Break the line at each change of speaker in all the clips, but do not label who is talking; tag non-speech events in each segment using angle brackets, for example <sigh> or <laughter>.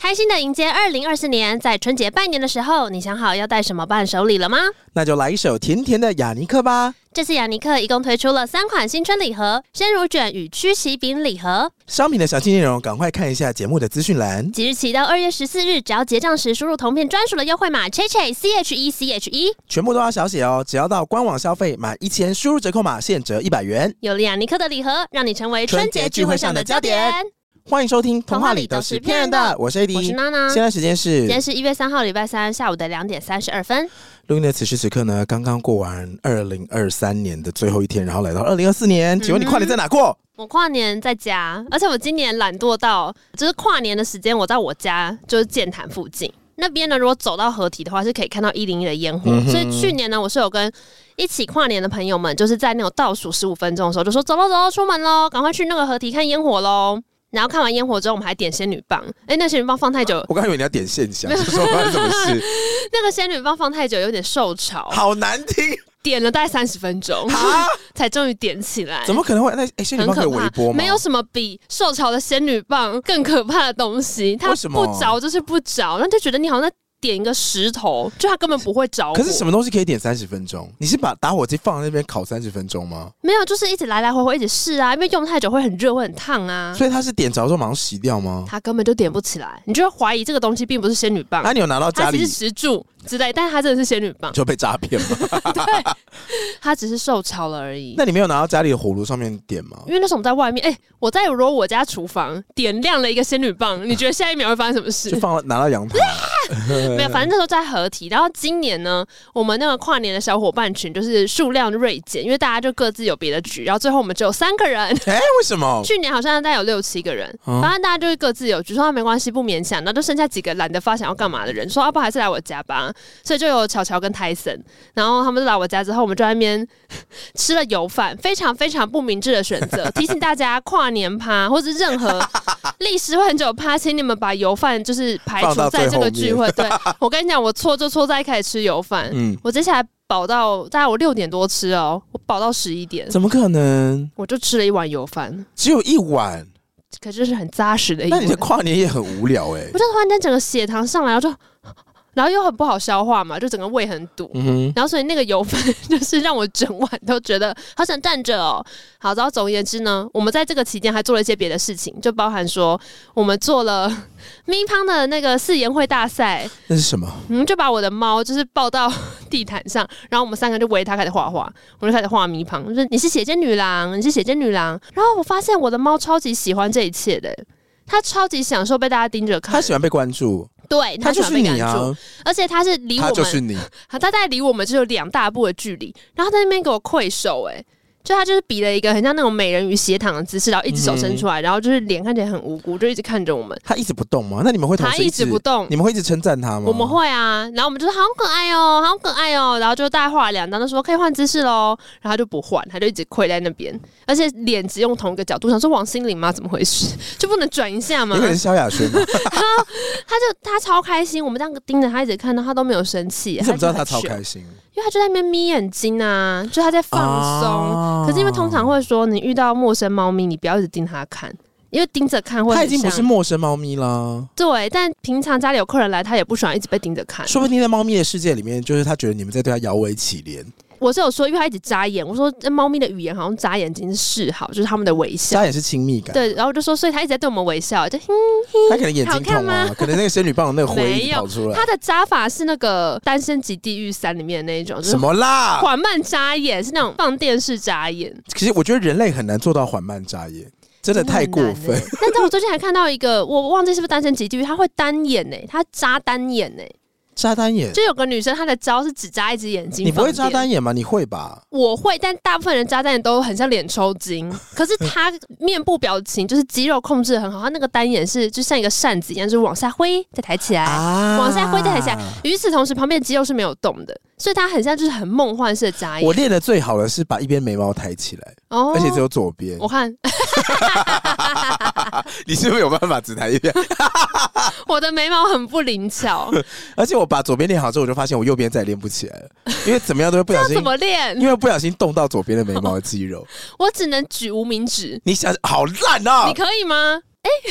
开心的迎接二零二四年，在春节拜年的时候，你想好要带什么伴手礼了吗？
那就来一首甜甜的雅尼克吧。
这次雅尼克一共推出了三款新春礼盒：鲜乳卷与曲奇饼礼盒。
商品的详细内容，赶快看一下节目的资讯栏。
即日起到二月十四日，只要结账时输入同片专属的优惠码 c h e c h e c h e，
全部都要小写哦，只要到官网消费满一千，输入折扣码现折一百元。
有了雅尼克的礼盒，让你成为春节聚会上的焦点。
欢迎收听《童话里都是骗人的》，我是 AD，
我是娜娜
现在时间是
今天是一月三号，礼拜三下午的两点三十二分。
录音的此时此刻呢，刚刚过完二零二三年的最后一天，然后来到二零二四年，请问你跨年在哪过？
我跨年在家，而且我今年懒惰到，就是跨年的时间我在我家，就是剑潭附近那边呢。如果走到合体的话，是可以看到一零一的烟火。所以去年呢，我是有跟一起跨年的朋友们，就是在那种倒数十五分钟的时候，就说走喽走喽，出门喽，赶快去那个合体看烟火喽。然后看完烟火之后，我们还点仙女棒。哎、那仙女棒放太久，
我刚以为你要点现 <laughs> 象，就说发生什么事，
那个仙女棒放太久有点受潮，
好难听
点了大概三十分钟
啊！
<laughs> 才终于点起来。
怎么可能会？那哎，仙女
很
棒可
可
以微波
怕，
吗？
没有什么比受潮的仙女棒更可怕的东西。它
为什么
不着就是不着，那就觉得你好像在点一个石头，就它根本不会着火。
可是什么东西可以点三十分钟？你是把打火机放在那边烤三十分钟吗？
没有，就是一直来来回回一直试啊，因为用太久会很热，会很烫啊。
所以它是点着之后马上熄掉吗？
它根本就点不起来，你就会怀疑这个东西并不是仙女棒，
那、你有拿到家
它只
里
是石柱之类，但是它真的是仙女棒，
就被诈骗
<laughs>
吗？
对，它只是受潮了而已。
那你没有拿到家里的火炉上面点吗？
因为那时候我们在外面，哎、我在如果我家厨房点亮了一个仙女棒，你觉得下一秒会发生什么事
就？放拿到阳
<laughs>
台，
没有，反正那时候在合体。然后今年呢，我们那个跨年的小伙伴群就是数量锐减，因为大家就各自有别的局，然后最后我们只有三个人。
哎、为什么？
去年好像大概有六七个人，
嗯
反正大家就是各自有局，说啊没关系，不勉强。然后就剩下几个懒得发想要干嘛的人，说要、啊、不还是来我家吧。所以就有巧巧跟泰森，然后他们就来我家之后，我们就在那边吃了油饭，非常非常不明智的选
<laughs>
择。提醒大家，跨年趴或是任何历史很久的趴，请你们把油饭就是排除
放到最
在这
后
个
面
聚会。对我跟你讲，我错就错在一开始吃油饭，
嗯，
我接下来饱到大概我六点多吃哦，我饱到十一点，
怎么可能？
我就吃了一碗油饭。
只有一碗，
可是是很扎实的一
那
碗
你的。跨年也很无聊哎、
我就突然间整个血糖上来，然后就， <laughs> 然后又很不好消化嘛，就整个胃很堵。
嗯哼，
然后所以那个油饭就是让我整晚都觉得好想站着哦。好，然后总而言之呢，我们在这个期间还做了一些别的事情，就包含说我们做了 <laughs> 咪胖的那个四言会大赛，
那是什么？
嗯，就把我的猫就是抱到 <laughs> 地毯上，然后我们三个就围它开始画画，我就开始画迷旁，就是你是写真女郎，你是写真女郎。然后我发现我的猫超级喜欢这一切的，它超级享受被大家盯着
他
看，
喜欢被关注，
对，它
他就
喜欢
是
被
你
赶住，
啊，
而且它是离我
他
们，
就是你，
它大概离我们只有两大步的距离，然后它在那边给我愧手、哎。就它就是比了一个很像那种美人鱼斜躺的姿势，然后一只手
嗯
伸出来，然后就是脸看起来很无辜，就一直看着我们。
他一直不动吗？那你们会同
它
时
一直不动，
你们会一直称赞他吗？
我们会啊，然后我们就是好可爱哦，好可爱哦，然后就大概画了两张，就说可以换姿势喽，然后他就不换，他就一直跪在那边，而且脸只用同一个角度，想说王心凌吗？怎么回事？就不能转一下吗
有？可能是萧亚轩吗？
他就他超开心，我们这样盯着他一直看，到他都没有生气，
你怎么知道
就
他超
很 chill？
开心？
因为他就在那边眯眼睛啊，就他在放松。
啊
可是因为通常会说，你遇到陌生猫咪，你不要一直盯它看，因为盯着看会
他
很
已经不是
像
陌生猫咪啦，
对，但平常家里有客人来，他也不喜欢一直被盯着看。
说不定在猫咪的世界里面，就是他觉得你们在对他摇尾乞怜，
我是有说，因为它一直眨眼，我说这猫咪的语言好像眨眼睛是示好，就是它们的微笑。
他也是啊亲密感。
对，然后我就说，所以它一直在对我们微笑，就哼
他可能眼睛痛
好看
啊，可能那个仙女棒的那个灰一直跑出来
它，的眨法是那个《单身级地狱三》里面的那一种，就是
什么啦？
缓慢眨眼，是那种放电视眨眼，
其实我觉得人类很难做到缓慢眨眼，真的太过
真的很
分
难。欸。但但我最近还看到一个，我忘记是不是《单身级地狱》，它会单眼呢、它眨单眼呢、
扎单眼，
就有个女生，她的招是只眨一只眼睛。
你不会扎
眨？
单眼吗？你会吧？
我会，但大部分人扎单眼都很像脸抽
<laughs>
筋。可是他面部表情就是肌肉控制得很好，他那个单眼是就像一个扇子一样，就是往下挥再抬起来。
啊
往下挥再抬起来。与此同时，旁边的肌肉是没有动的，所以他很像就是很梦幻式的眨眼。
我练的最好的是把一边眉毛抬起来，
哦
而且只有左边。
我看
你是不是有办法只抬一
<laughs>
边？
我的眉毛很不灵
<laughs>
巧，
而且我把左边练好之后，我就发现我右边再也练不起来了，因为怎么样都会不小
要
心
怎，么练？
因为不小心动到左边的眉毛的肌肉。
我只能举无名指，
你想好烂啊
你！可以吗？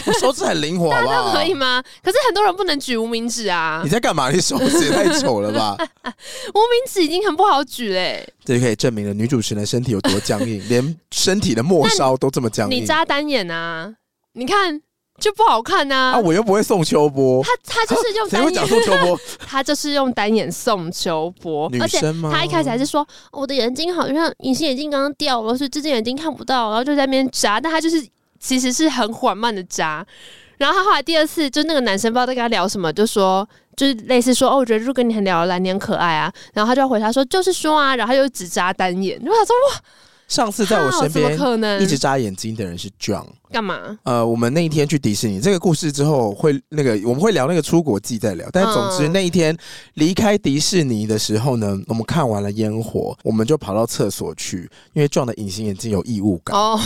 我手指很灵活，好不好？
可以吗？可是很多人不能举无名指啊
你，在干嘛？你手指也太丑了 <laughs> 吧！
无名指已经很不好举嘞。
这就可以证明了女主持人身体有多僵硬，连身体的末梢都这么僵
你
硬。
扎单眼啊，你看就不好看呐、
啊，我又不会送秋波，
他他
<laughs>
就是用
谁
单
会讲
眼，
送秋波？ <laughs>
他就是用单眼送球波，
女
而且
生吗？
他一开始还是说我的眼睛好像隐形眼镜刚刚掉了，所以这只眼睛看不到，然后就在那边眨，但他就是其实是很缓慢的眨。然后他后来第二次，就那个男生不知道在跟他聊什么，就说就是类似说哦，我觉得如果你很聊得来，你很可爱啊。然后他就回他说就是说啊，然后他就只眨单眼。然后他说
上次在我
哇，
身
怎么
边
可能？
一直眨眼睛的人是 John。
干嘛？
呃，我们那一天去迪士尼，这个故事之后会那个我们会聊那个出国记再聊。但总之
嗯
那一天离开迪士尼的时候呢，我们看完了烟火，我们就跑到厕所去，因为 John 的隐形眼镜有异物感，
哦，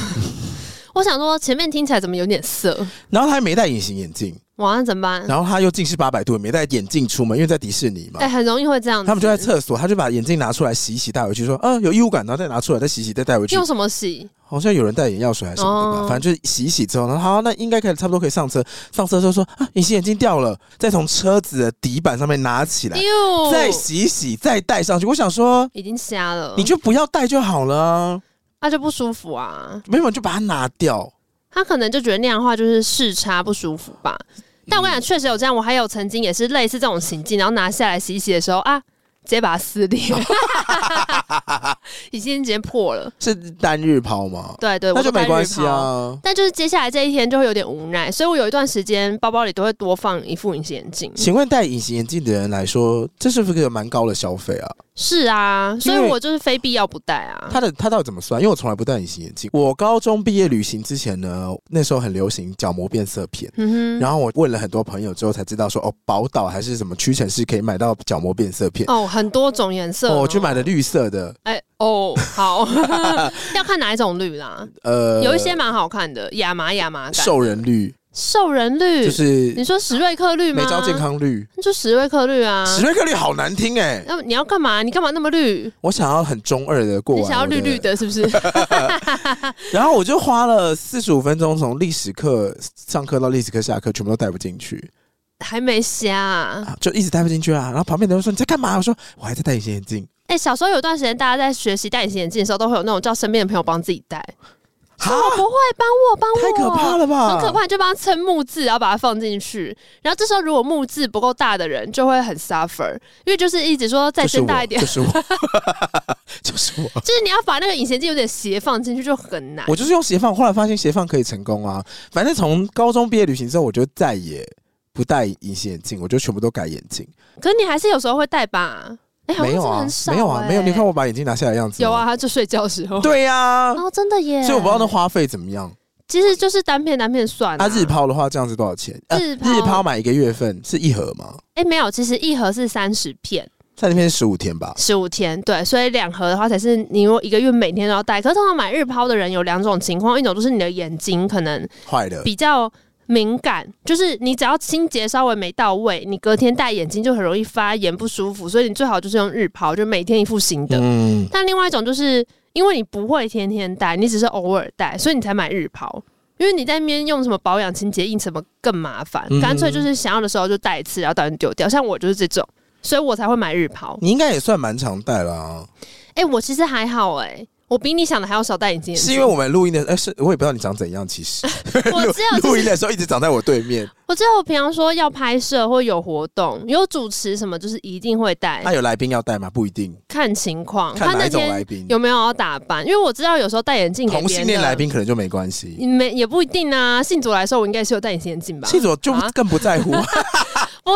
<laughs> 我想说前面听起来怎么有点色，
然后他还没戴隐形眼镜，
哇，那怎么办？
然后他又近视八百度，也没戴眼镜出门，因为在迪士尼嘛。
哎、很容易会这样子。
他们就在厕所，他就把眼镜拿出来洗一洗，带回去，说：“啊，有异物感，然后再拿出来，再洗一洗，再带回去
用。什么洗？”
好像有人带眼药水还是什么的吧，
哦
反正就是洗一洗之后，然后好，那应该可以差不多可以上车。上车之后说：“啊，隐形眼镜掉了。”再从车子的底板上面拿起
哎
来，
哟，
再洗一洗，再戴上去。我想说，
已经瞎了，
你就不要戴就好了啊，
那就不舒服啊。
没有就把它拿掉。
他可能就觉得那样的话就是视差不舒服吧。
嗯
但我跟你讲，确实有这样，我还有曾经也是类似这种行径，然后拿下来洗一洗的时候啊，直接把它撕
<laughs>
裂，已经直接破了。
是单日抛吗？
对对，
那就
我都
没
戴
关
日
系
抛。
啊。
但就是接下来这一天就会有点无奈，所以我有一段时间包包里都会多放一副隐形眼镜。
请问戴隐形眼镜的人来说，这是不是一个蛮高的消费啊？
是啊，所以
因为
我就是非必要不戴啊。
他的他到底怎么算？因为我从来不戴隐形眼镜。我高中毕业旅行之前呢，那时候很流行角膜变色片。
嗯哼，
然后我问了很多朋友之后才知道说，哦，宝岛还是什么屈臣氏可以买到角膜变色片。
哦，很多种颜色、
哦，我去买了。绿色的，
哎、哦，
<laughs>
好，要看哪一种绿啦。
呃，
有一些蛮好看的，亚麻亚麻感，
兽人绿，
兽人绿，
就是
你说史瑞克绿吗？
美招健，康绿。
就史瑞克绿啊。
史瑞克绿好难听哎、
那你要干嘛？你干嘛那么绿？
我想要很中二的过
你
完，
想要绿绿。的，是不是？
<laughs> 然后我就花了四十五分钟，从历史课上课到历史课下课，全部都带不进去。
还没瞎、啊。
啊就一直戴不进去啊。然后旁边的人说你在干嘛？我说我还在戴隐形眼镜。
哎、小时候有段时间，大家在学习戴隐形眼镜的时候，都会有那种叫身边的朋友帮自己戴。我
啊，
不会，帮我，帮我。
太可怕了吧！
很可。怕，你就帮他撑木字，然后把它放进去。然后这时候如果木字不够大的人，就会很 suffer，因为就是一直说再
就是
伸大
我，
一点，
就是我， <laughs> 就是我。
就是你要把那个隐形眼镜有点斜放进去就很难。
我就是用斜放，后来发现斜放可以成功啊。反正从高中毕业旅行之后，我就再也不戴隐形眼镜，我就全部都改眼镜。
可是你还是有时候会戴吧？哎、好像
没有
真的
啊
很，少、
没有啊，没有。你
哎
看我把眼镜拿下来的样子吗。
有啊，他就睡觉的时候。
对呀、
哦，真的耶。
所以我不知道那花费怎么样。
其实就是单片单片算、啊。
啊，日抛的话，这样子多少钱？啊
日抛
日抛买一个月份是一盒吗？
哎、没有，其实一盒是三十片，
在那边十五天吧。
十五天，对，所以两盒的话才是你如果一个月每天都要戴。可是通常买日抛的人有两种情况，一种就是你的眼睛可能
坏了，
比较敏感，就是你只要清洁稍微没到位，你隔天戴眼睛就很容易发炎不舒服，所以你最好就是用日抛，就每天一副新的。
嗯，
但另外一种就是因为你不会天天戴，你只是偶尔戴，所以你才买日抛。因为你在那边用什么保养、清洁印什么更麻烦
嗯，
干脆就是想要的时候就戴一次，然后打算丢掉。像我就是这种，所以我才会买日抛。
你应该也算蛮常戴啦、啊。
哎、我其实还好哎、我比你想的还要少戴隐形眼镜。
是因为我们录音的，哎、是我也不知道你长怎样。
<laughs>
其实
我只有
录
啊就
音
是
的时候一直长在我对面。
我只有平常说要拍摄或有活动、有主持什么，就是一定会戴，
那、有来宾要戴吗？不一定，
看情况，
哎看哪
嗯那
一种
天
来宾。
有没有要打扮。因为我知道有时候戴眼镜给
同
别
性
人
恋
的
来宾可能就没关系。
没也不一定啊。信主来的时候，我应该是有戴隐形眼镜吧？
信主就
啊
更不在
<laughs>
乎，
不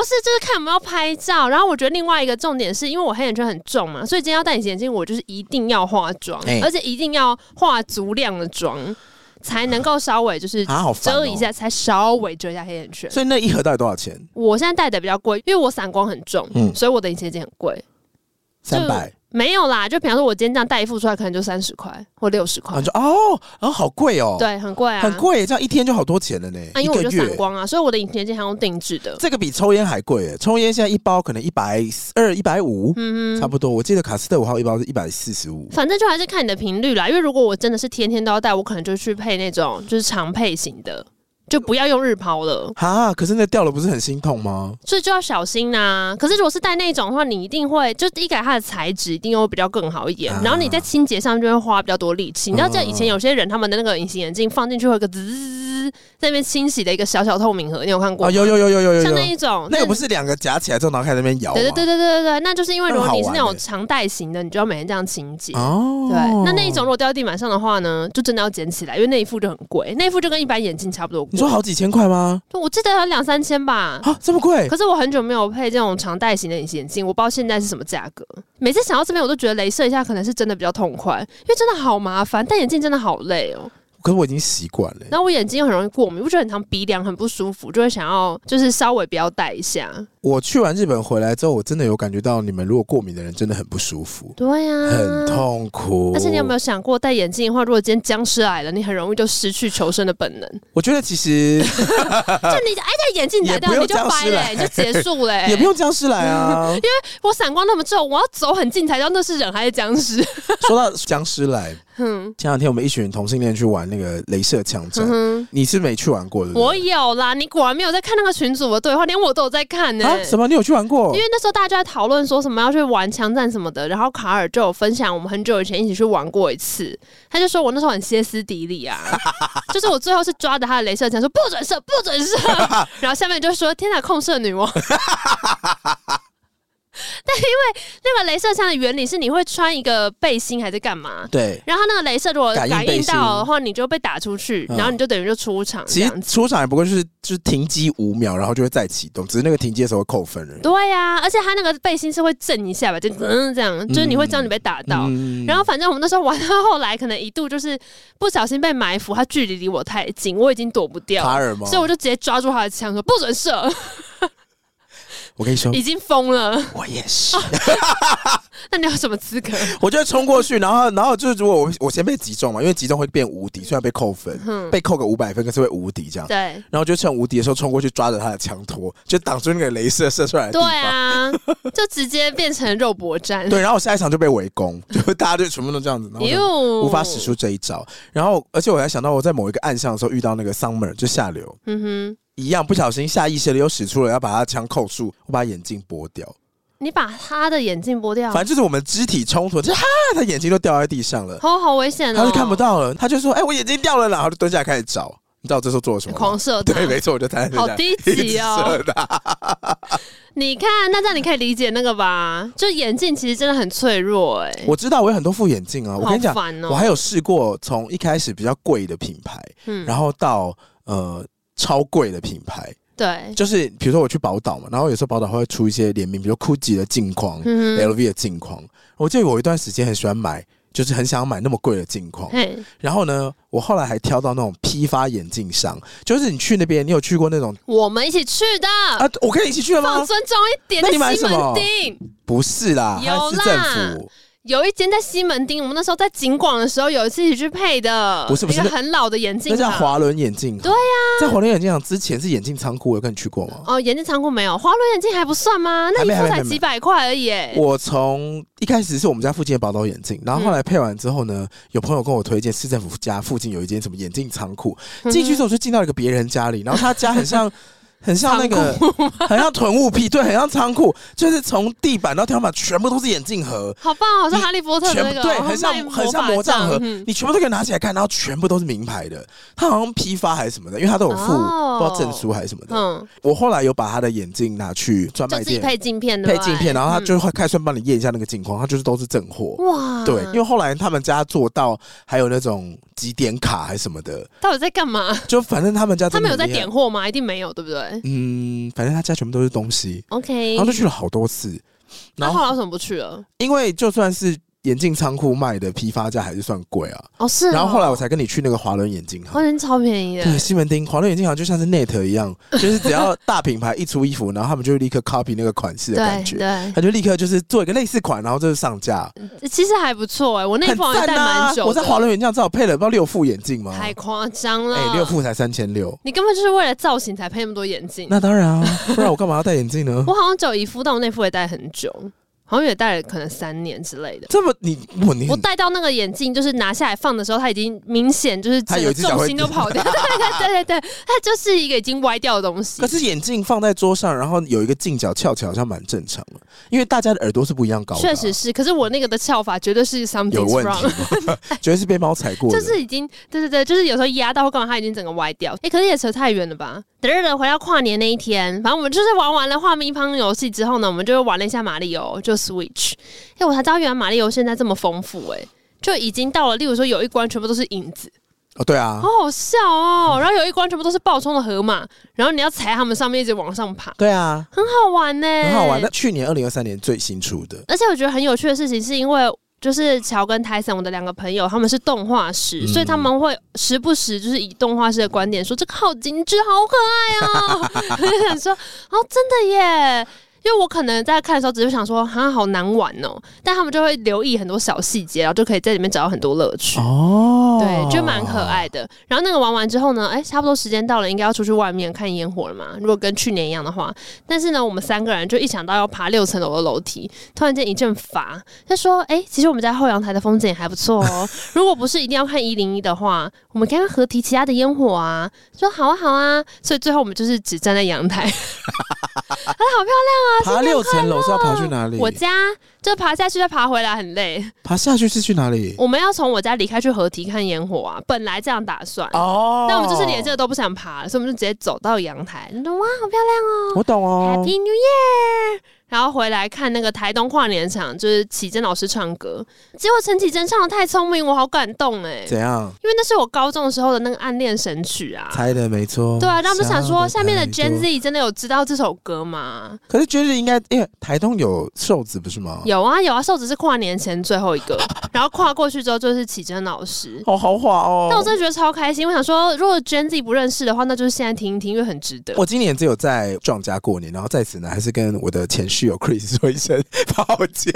是，就是看有没有拍照。然后我觉得另外一个重点是因为我黑眼圈很重嘛，所以今天要戴隐形眼镜，我就是一定要化妆，
哎
而且一定要化足量的妆，才能够稍微就是
啊，好烦、哦。
遮一下，才稍微遮一下黑眼圈。
所以那一盒到底多少钱？
我现在戴的比较贵，因为我散光很重，
嗯
所以我的隐形眼镜很贵。
三百。
没有啦，就比方说，我今天这样戴一副出来，可能就三十块或六十
然
块
后，就哦，然后好贵哦，，
对，很贵啊，
很。贵耶，这样一天就好多钱了呢，
啊，
一
因为
个
我就散
月。
光啊，所以我的隐形眼镜还用定制的。
这个比抽烟还贵耶，抽烟现在一包可能一百二、一百五，
嗯
差
哼，
不多。我记得卡斯特五号一包是一百四十五。
反正就还是看你的频率啦。因为如果我真的是天天都要戴，我可能就去配那种就是常配型的，就不要用日抛了。
哈，可是那掉了不是很心痛吗？
所以就要小心呐、可是如果是戴那一种的话，你一定会就一改它的材质，一定又比较更好一点。
啊
然后你在清洁上就会花比较多力气。你知道，
嗯
这以前有些人他们的那个隐形眼镜放进去会有个滋滋滋滋在那边清洗的一个小小透明盒，你有看过
啊，
吗？
有有有有有有
像那
有，
一种，
那个不
是。
是两个夹起来之后，然后开始在那边摇吗？
对对对对对对对，那就是因为如果你是那
那
种
很好玩欸
长带型的，你就要每天这样清洁。
哦，
对，那那一种如果掉地板上的话呢，就真的要捡起来，因为那一副就很贵，那一副就跟一般眼镜差不多贵。
你说好几千块吗？
就我记得有两三千吧。
啊，这么贵？
嗯可是我很久没有配这种长戴型的隐形眼镜，我不知道现在是什么价格。每次想到这边，我都觉得镭射一下可能是真的比较痛快，因为真的好麻烦，戴眼镜真的好累哦。
可是我已经习惯了。
然后我眼睛又很容易过敏，我觉得很常鼻梁很不舒服，就会想要就是稍微不要戴一下。
我去完日本回来之后，我真的有感觉到你们如果过敏的人真的很不舒服，
对啊呀、
很。痛苦。
嗯而且你有没有想过，戴眼镜的话，如果今天僵尸来了，你很容易就失去求生的本能。
我觉得其
<laughs>
实
就你哎戴眼镜
呃也
来掉，
不用
你就
僵
掰
尸
嘞、
来
你就结束
<laughs>
嘞、
也不用僵尸来
<laughs>
啊。
我散光那么重，我要走很近才知道那是人还是僵
<laughs>
尸。
说到僵
<laughs>
尸来，
哼
前两天我们一群同性恋去玩那个镭射枪战
哼，嗯哼，
你是没去玩过的。对不对
我有啦，你果然没有在看那个群组的对话，连我都有在看欸呢、
啊？什么？你有去玩过？
因为那时候大家就在讨论说什么要去玩枪战什么的，然后卡尔就有分享我们很久以前一起去玩过一次，他就说我那时候很歇斯底里
<laughs>
啊，就是我最后是抓着他的镭射枪说不准射，不准
<laughs>
射，然后下面就说天哪，控射女王。但因为那个镭射枪的原理是你会穿一个背心还是干嘛？
对，
然后它那个镭射如果
感应
感
背
应
心
到的话，你就被打出去，
嗯
然后你就等于就出场这
其
样
实
子。
出场也不过就是就是停机五秒，然后就会再启动，只是那个停机的时候会扣分而已。
对呀、而且它那个背心是会震一下吧，就嗯这样，就是你会知道你被打到。
嗯
然后反正我们那时候玩到后来，可能一度就是不小心被埋伏，他距离离我太近，我已经躲不掉
卡，尔吗？
所以我就直接抓住他的枪说不准射，
我跟你 <laughs> 说，
已经疯了。
我也是，
啊那你有什么资格？
<laughs> 我就会冲过去，然后然后就是如果我我先被击中嘛，因为击中会变无敌，虽然被扣分，被扣个五百分，可是会无敌这
嗯
样。
对
然后就趁无敌的时候冲过去抓着他的枪托，就挡住那个镭射射出来的地
对
方。
啊，就直接变成肉搏战。
对，然后我下一场就被围攻，就大家就全部都这样子，然后我就
哟，
无法使出这一招。然后，而且我还想到我在某一个暗巷的时候遇到那个 Summer，就下流，
嗯
一样不小心下意识的又使出了要把他的枪扣住，我把眼镜剥掉。
哼，你把他的眼镜剥掉
反，正就是我们肢体冲突，就哈，他眼镜都掉在地上了，
好好危险哦，
他就看不，到了，他就说：“哎、我眼镜掉了。”然后就蹲下来开始找。你知道我这时候做了什么
狂
吗？
射他
对，没错，我就躺在那
<laughs> 好
下
低级哦
一直射他
你看，那这样你可以理解那个吧？就眼镜其实真的很脆弱、欸，哎，
<laughs> 我知道我有很多副眼镜啊，我跟你讲
好，烦哦、
我还有试过从一开始比较贵的品牌，
嗯
然后到呃超贵的品牌， <laughs>
对，
就是比如说我去宝岛嘛，然后有时候宝岛会出一些联名，比如 GUCCI 的镜框、
嗯哼，
LV 的镜框。我记得我有一段时间很喜欢买，就是很想要买那么贵的镜框。
嘿，
然后呢，我后来还挑到那种批发眼镜商，就是你去那边，你有去过那种
我们一起去的，
啊？我可以一起去了
放
吗？
尊重一点，
那
在
你买
西
什么
门町
不是啦，
有啦
它是政府。
有一间在西门町，我们那时候在景广的时候有一次一起去配的，
不是不是
一个
那
很老的眼镜
那叫
行
华伦眼镜行。
对啊
呀、在华伦眼镜行之前是眼镜仓库，我有跟你去过吗？
哦，眼镜仓库没有，华伦眼镜还不算吗？那
还
一
没
副
还没
才
没
几百块而已、欸，
我从一开始是我们家附近的宝岛眼镜，然后
嗯
后来配完之后呢，有朋友跟我推荐市政府家附近有一间什么眼镜仓
嗯
库，进去之后就进到一个别人家里，然后他家很
<laughs>
像。很像那个，很像囤物癖，对，很像仓库，就是从地板到天花板全部都是眼镜盒，
好棒、哦，好像哈利波特的
全
那
部
个哦，
对，很像
卖
很像
魔
魔
杖
杖盒，
嗯
你全部都可以拿起来看，然后全部都是名牌的，他好像批发还是什么的，因为他都有附
哦
不知道证书还是什么的。
嗯，
我后来有把他的眼镜拿去专
就
卖
自己
店
配镜片的吧，
配镜片，然后他
嗯
就会开始帮你验一下那个镜框，他就是都是正货。
哇，
对，因为后来他们家做到还有那种几点卡还是什么的，
到底在干嘛？
就反正他们家
他
真
们
的
有在
很厉害
点，货吗？一定没有，对不对
嗯，反正他家全部都是东西，
？OK，
然后就去了好多次，
那
然
后来
后
为什么不去了？
因为就算是眼镜仓库卖的批发价还是算贵啊，
哦，是哦。
然后后来我才跟你去那个华伦眼镜
花
行。
钱超便宜的，
对，西门町华伦眼镜行就像是 Net 一
<laughs>
样，就是只要大品牌一出衣服，然后他们就立刻 copy 那个款式的感觉，
对
他就立刻就是做一个类似款，然后就是上架。
对，其实还不错哎、我那一
很
副好像
赞啊
戴蛮久的、
我在华伦眼镜上至少配了不知道六副眼镜吗？
太夸张了，
哎、六副才三千六，
你根本就是为了造型才配那么多眼镜。 <laughs>
那当然啊，不然我干嘛要戴眼镜呢？
我好像只有一副，但我那副也戴很久。好像也戴了可能三年之类的。
这么你我你
我戴到那个眼镜，就是拿下来放的时候，它已经明显就是
它
整
有
个
一只脚
重
会
心都跑
<laughs>
掉。对对对对对，它就是一个已经歪掉的东西
可。是眼镜放在桌上，然后有一个镜角翘起来，好像蛮正常的，因为大家的耳朵是不一样高的、啊
确实。是，可是我那个的翘法绝对是 something
有问题
wrong，，
绝对是被猫踩过的。
就是已经对对对，就是有时候压到或干嘛，它已经整个歪掉。哎、可是也扯太远了吧？等等等，回到跨年那一天，反正我们就是玩完了画乒乓游戏之后呢，我们就玩了一下马里游，就 Switch。哎、我才知道原来马里游现在这么丰富、哎，就已经到了，例如说有一关全部都是影子，
哦，对啊
好，好笑哦。然后有一关全部都是爆冲的河马，然后你要踩它们上面一直往上爬，
对啊，
很好玩呢、
很好玩。那去年二零二三年最新出的，
而且我觉得很有趣的事情，是因为就是乔跟泰森，我的两个朋友，他们是动画师，
嗯
所以他们会时不时就是以动画师的观点说这个好精致，好
<laughs>
可爱哦、我就想说哦，真的耶。因为我可能在看的时候，只是想说，啊，好难玩哦、但他们就会留意很多小细节，然后就可以在里面找到很多乐趣。
哦
对，就蛮可。爱的。然后那个玩完之后呢，哎、差不多时间到了，应该要出去外面看烟火了嘛。如果跟去年一样的话，但是呢，我们三个人就一想到要爬六层楼的楼梯，突然间一阵乏，就说：“哎、其实我们家后阳台的风景也还不错哦。如果不是一定要看一零一的话，我们刚刚合体其他的烟火啊。”说：“好啊，好啊。”所以最后我们就是只站在阳台，
爬六层楼是要爬去哪里？
我家就爬下去再爬回来很累。
爬下去是去哪里？
我们要从我家离开去合体看烟火啊，本来这样打算。
哦
但我们就是连这个都不想爬了，所以我们就直接走到阳台，你说哇，好漂
我懂
亮、h
哦
a p p。y New Year！然后回来看那个台东跨年场，就是启真老师唱歌，结果陈启真唱的太聪明，我好感动哎、
怎样？
因为那是我高中的时候的那个暗恋神曲啊。
猜的没错。
对啊，那我们就想说，下面的 Gen
尖
Z 真的有知道这首歌吗？
可是 Gen Z 应该，因为台东有瘦子不是吗？
有啊，有啊，瘦子是跨年前最后一个，然后跨过去之后就是启真老师。
好豪华哦
但我真的觉得超开心，我想说，如果 Gen Z 不认识的话，那就是现在听一听，因为很值得。
我今年只有在壮家过年，然后在此呢，还是跟我的前室友 Chris 说一声抱歉，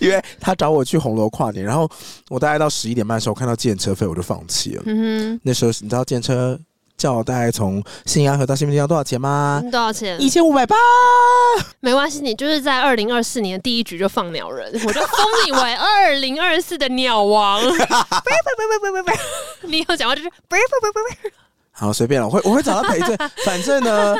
因为他找我去红楼跨年，然后我大概到十一点半的时候看到建车费，我就放弃了。
嗯
那时候你知道建车叫我大概从信阳河到新民地要多少钱吗
嗯哼，？多少钱？
啊一千五百八，
没关系，你就是在二零二四年第一局就放鸟人，
<laughs>
我就封你为二零二四的鸟王。 <laughs> 你以后讲话就是
好随便了，我会我会找他
<laughs>
陪衬，反正呢。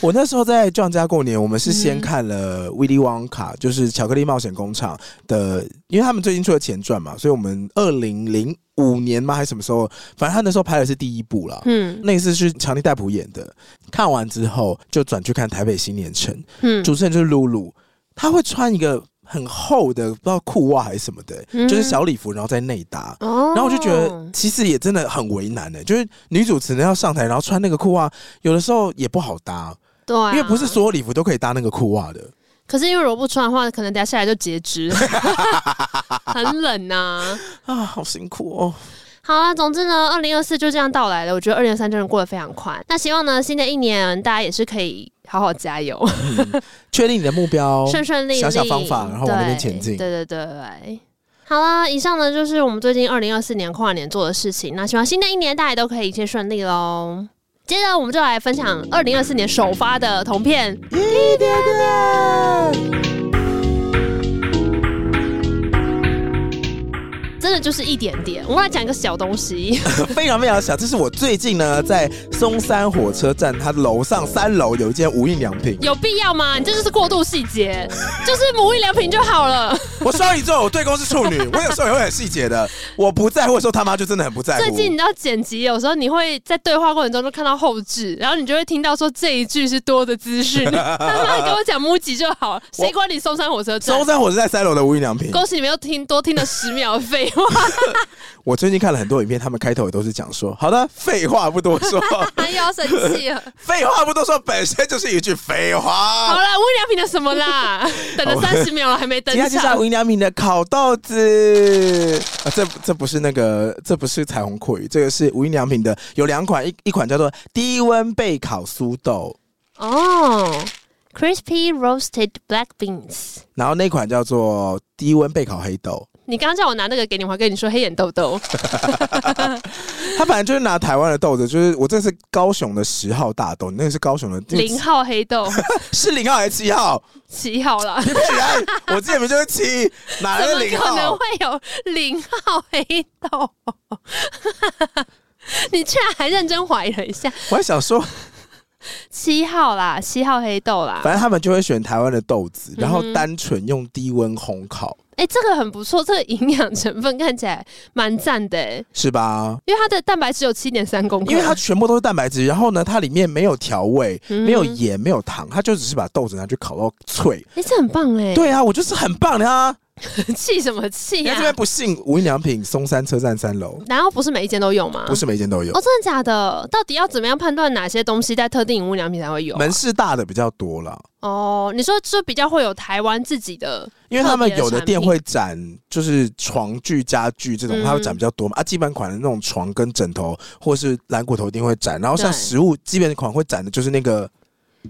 我那时候在壮家过年，我们是先看
嗯
了《Willy Wonka》，就是《巧克力冒险工厂》的，因为他们最近出了前传嘛，所以我们二零零五年吗还是什么时候？反正他那时候拍的是第一部啦。
嗯
那一次是强尼戴普演的，看完之后就转去看台北新年城，
嗯
主持人就是露露，她会穿一个很厚的不知道裤袜还是什么的，
嗯
就是小礼服，然后在内搭。
哦
<laughs> 然后我就觉得，其实也真的很为难呢、就是女主持人要上台，然后穿那个裤袜，有的时候也不好搭，
对、啊，
因为不是，所有礼服都可以搭那个裤袜的。
可是因为如果不穿的话，可能等下下来就截肢，
<laughs>
很冷呐、
啊，好辛苦哦！
好啊，总之呢，二零二四就这样到来了。我觉得二零二三真的过得非常快。那希望呢，新的一年大家也是可以好好加油，
确定你的目标，
顺顺利利，
哦想想方法然后往那边前进
对对对对对。好啦，以上呢就是我们最近二零二四年跨年做的事情。那希望新的一年大家都可以一切顺利喽。接着我们就来分享二零二四年首发的铜片，
一点点。
真的就是一点点。我们来讲一个小东西，
<laughs> 非常非常小，这是我最近呢在松山火车站，它楼上三楼有一间无印良品。
有必要吗？你这就是过度细节，就是母一良品就好了。
我双鱼座，我对公是
<laughs>
处女，我有时候也会很细节的。我不在乎的时候，他妈就真的很不在乎。
最近你知道剪辑，有时候你会在对话过程中就看到后置，然后你就会听到说这一句是多的资
<laughs>
讯，他妈你跟我讲母几就好，谁管你松山火车站
松？山火车站三楼的无印良品，
恭喜你们又听多听了十秒废
<laughs>
话，
我最近看了很多影片，他们开头也都是讲说，好的，废话不多
<laughs>
说，
又要生气了。
废话不多说，本身就是一句
<laughs>
废
好
话。
了，温良平的什么
<laughs>
啦？等了三十秒了还没登
今天介绍
上
无。印良品的烤豆子啊，这这不是那个，这不是彩虹阔鱼，这个是无印良品的，有两款，一一款叫做低温焙烤酥豆，
哦，crispy roasted black beans。
然后那款叫做低温焙烤黑豆。
你刚刚叫我拿那个给你，我还跟你说黑眼豆豆。
他反正就是拿台湾的豆子，就是我这是高雄的十号大 <laughs> 豆，你那个是高雄的
零号黑豆
是零号还是七号？
七号啦，
你骗人！我记得名就是七，哪
<laughs>
来
怎
的
么
哎零
可能
号
会？有零号黑豆？ <laughs> 你居然还认真怀疑了一下，
我还
<laughs>
想说，
七号啦，七号黑豆啦，
反正他们就会选台湾的豆子，然后
嗯哼
单纯用低温烘烤，
哎、这个很不错，这个营养成分看起来蛮赞的、欸，
是吧？
因为它的蛋白质有七点三公克，
因为它全部都是蛋白质，然后呢，它里面没有调味，
嗯
没有盐，没有糖，它就只是把豆子拿去烤到脆。
哎、这很棒哎、
对啊，我就是很棒的啊！
气什么气
你看
哎呀、
这边不信，无印良品松山车站三楼，
难道不是每一间都有吗？
不是每间都有
哦，，真的假的？到底要怎么样判断哪些东西在特定饮物良品才会有啊、
门市大的比较多啦，
哦，你说就比较会有台湾自己的，
因为他们有的店
特别
会展就是床具、家具这种，
嗯
它会展比较多嘛。啊，基本款的那种床跟枕头或是蓝骨头一定会展，然后像
对
食物基本款会展的就是那个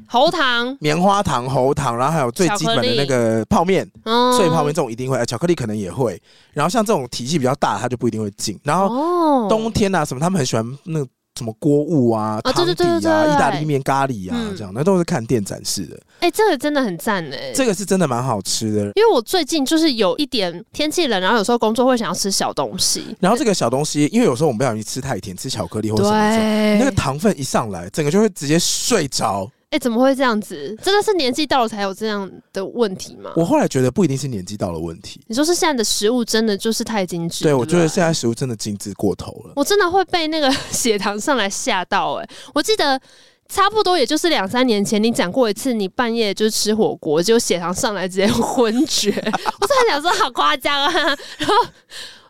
喉糖，
棉花糖、喉糖，然后还有最基本的那个泡面。
嗯，
所以泡面这种一定会，呃巧克力可能也会。然后像这种体系比较大的，它就不一定会进。然后
哦
冬天啊，什么他们很喜欢那个什么锅物啊、
啊
汤
对对
底
对对
啊、
对
意大利面、咖喱啊，
嗯
这样那都是看店展示的。
哎、这个真的很赞哎、
这个是真的蛮好吃的。
因为我最近就是有一点天气冷，然后有时候工作会想要吃小东西，
然后这个小东西，因为有时候我们不小心吃太甜，吃巧克力或者
对，
什么的时候，
哎、
那个糖分一上来，整个就会直接睡着。
怎么会这样子？真的是年纪到了才有这样的问题吗？
我后来觉得不一定是年纪到了问题，
你说是现在的食物真的就是太精致？
对我
不
觉得现在食物真的精致过头了。
我真的会被那个 <laughs> 血糖上来吓到哎、我记得。差不多也就是两三年前，你讲过一次，你半夜就是吃火锅，结果血糖上来直接 <laughs> 昏厥。我真的想说好夸张啊！然后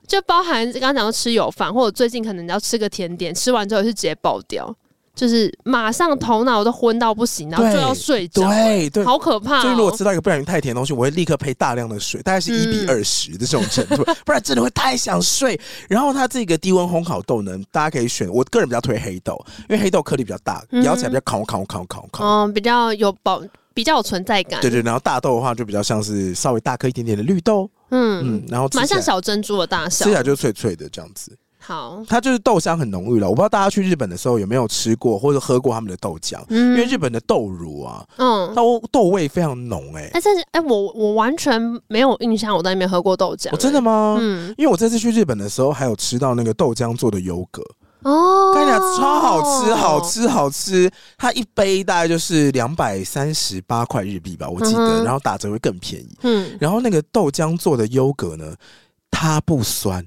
就包含刚刚讲到吃有饭，或者最近可能你要吃个甜点，吃完之后也是直接爆掉，就是马上头脑都昏到不行，然后就要睡着，
对对，
好可怕、
所以如果
哦！
吃到一个不小心太甜的东西，我会立刻配大量的水，大概是一比二十的这种程度，不然真的会太想睡。然后它这个低温烘烤豆呢，大家可以选，我个人比较推黑豆，因为黑豆颗粒比较大，
嗯
咬起来比较烤烤烤烤烤。
嗯，比较有保，比较有存在感。
对对，然后大豆的话就比较像是稍微大颗一点点的绿豆，
嗯，
嗯，然后吃
蛮
起来
像小珍珠的大
吃
小
起。来就脆脆的这样子。
好，
它就是豆香很浓郁了，我不知道大家去日本的时候有没有吃过或者喝过他们的豆浆，因
嗯
为日本的豆乳啊，
嗯，
豆豆味非常浓哎、
哎、但是哎、我我完全没有印象我在那边喝过豆浆、
我、哦真的
哎
吗？
嗯，
因为我这次去日本的时候，还有吃到那个豆浆做的优格，
哦，
跟你讲啊超好吃，好，吃，好吃。它一杯大概就是两百三十八块日币吧，我
嗯
记得，
哼
然后打折会更便宜。
嗯，
然后那个豆浆做的优格呢，它不酸，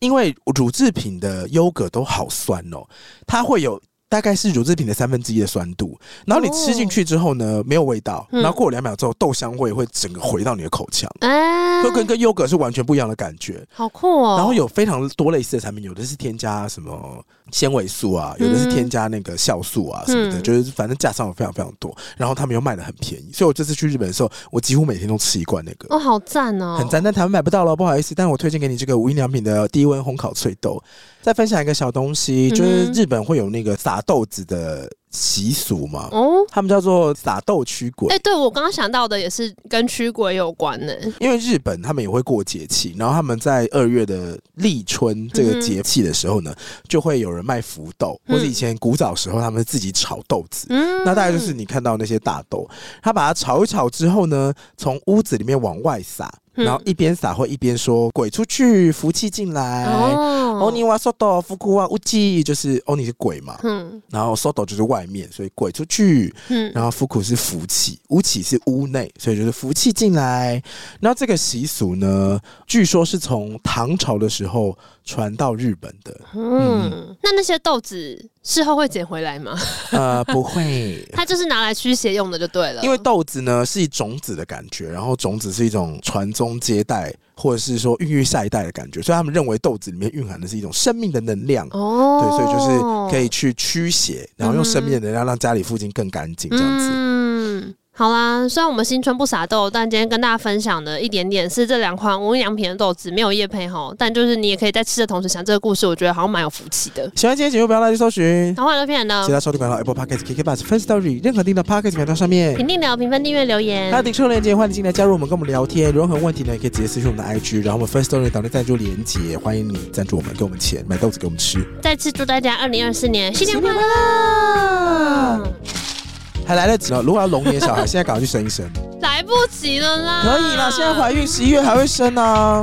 因为乳制品的优格都好酸哦，它会有。大概是乳制品的三分之一的酸度，然后你吃进去之后呢，没有味道，
嗯
然后过两秒之后，豆香味会整个回到你的口腔，
哎、
就跟跟优格是完全不一样的感觉。
好酷哦，
然后有非常多类似的产品，有的是添加什么纤维素啊，有的是添加那个酵素啊什么的，
嗯
就是反正架上有非常非常多。然后他们又卖的很便宜，所以我这次去日本的时候，我几乎每天都吃一罐那个。
哦，好赞哦，
很赞，但台湾买不到了，不好意思。但我推荐给你这个无印良品的低温烘烤脆豆。再分享一个小东西，就是
嗯哼
日本会有那个撒豆子的习俗嘛，
哦。
他们叫做撒豆驱鬼
哎、。对我刚刚想到的也是跟驱鬼有关呢、
因为日本他们也会过节气，然后他们在二月的立春这个节气的时候呢，就会有人卖福豆，
嗯
或者以前古早时候他们自己炒豆子。
嗯，
那大概就是你看到那些大豆，他把它炒一炒之后呢，从屋子里面往外撒，
嗯
然后一边撒会一边说“鬼出去，福气进来”。
哦
欧尼瓦索豆福库瓦啊乌吉就是欧尼是鬼嘛，
嗯
然后索豆就是外面，所以鬼出去，
嗯，
然后福库是福气，屋企是屋内，所以就是福气进来。那这个习俗呢，据说是从唐朝的时候传到日本的。
嗯，那那些豆子事后会捡回来吗？ <laughs>
呃，不会，
它就是拿来驱邪用的就对了。
因为豆子呢是一种子的感觉，然后种子是一种传宗接代或者是说孕育下一代的感觉，所以他们认为豆子里面蕴含的是一种生命的能量。
哦，
对，所以就是可以去驱邪，然后用生命的能量让家里附近更干净，这样子。
嗯，好啦，虽然我们新春不撒豆，但今天跟大家分享的一点点是这两款无印良品的豆子没有叶配哈，但就是你也可以在吃的同时想这个故事，我觉得好像蛮有福气的。
喜欢今天节目，不要忘记搜寻。
然后呢，片哦呢
其，他收听管道 Apple Podcast、KK Bus、First Story 任何订的 Podcast 频道上面。
评定聊、评分、订阅、留言
还有，顶出链接，欢迎进来加入我们，跟我们聊天。有任何问题呢，也可以直接私讯我们的 IG，然后我们 First Story 党内赞助连接，欢迎你赞助我们，给我们钱，买豆子给我们吃。
再次祝大家二零二四年新年快嗯乐！
还来得及哦，如果要龙年小孩，现在赶快去生一生，
来不及了啦，
可以啦，现在怀孕十一月还会生啊。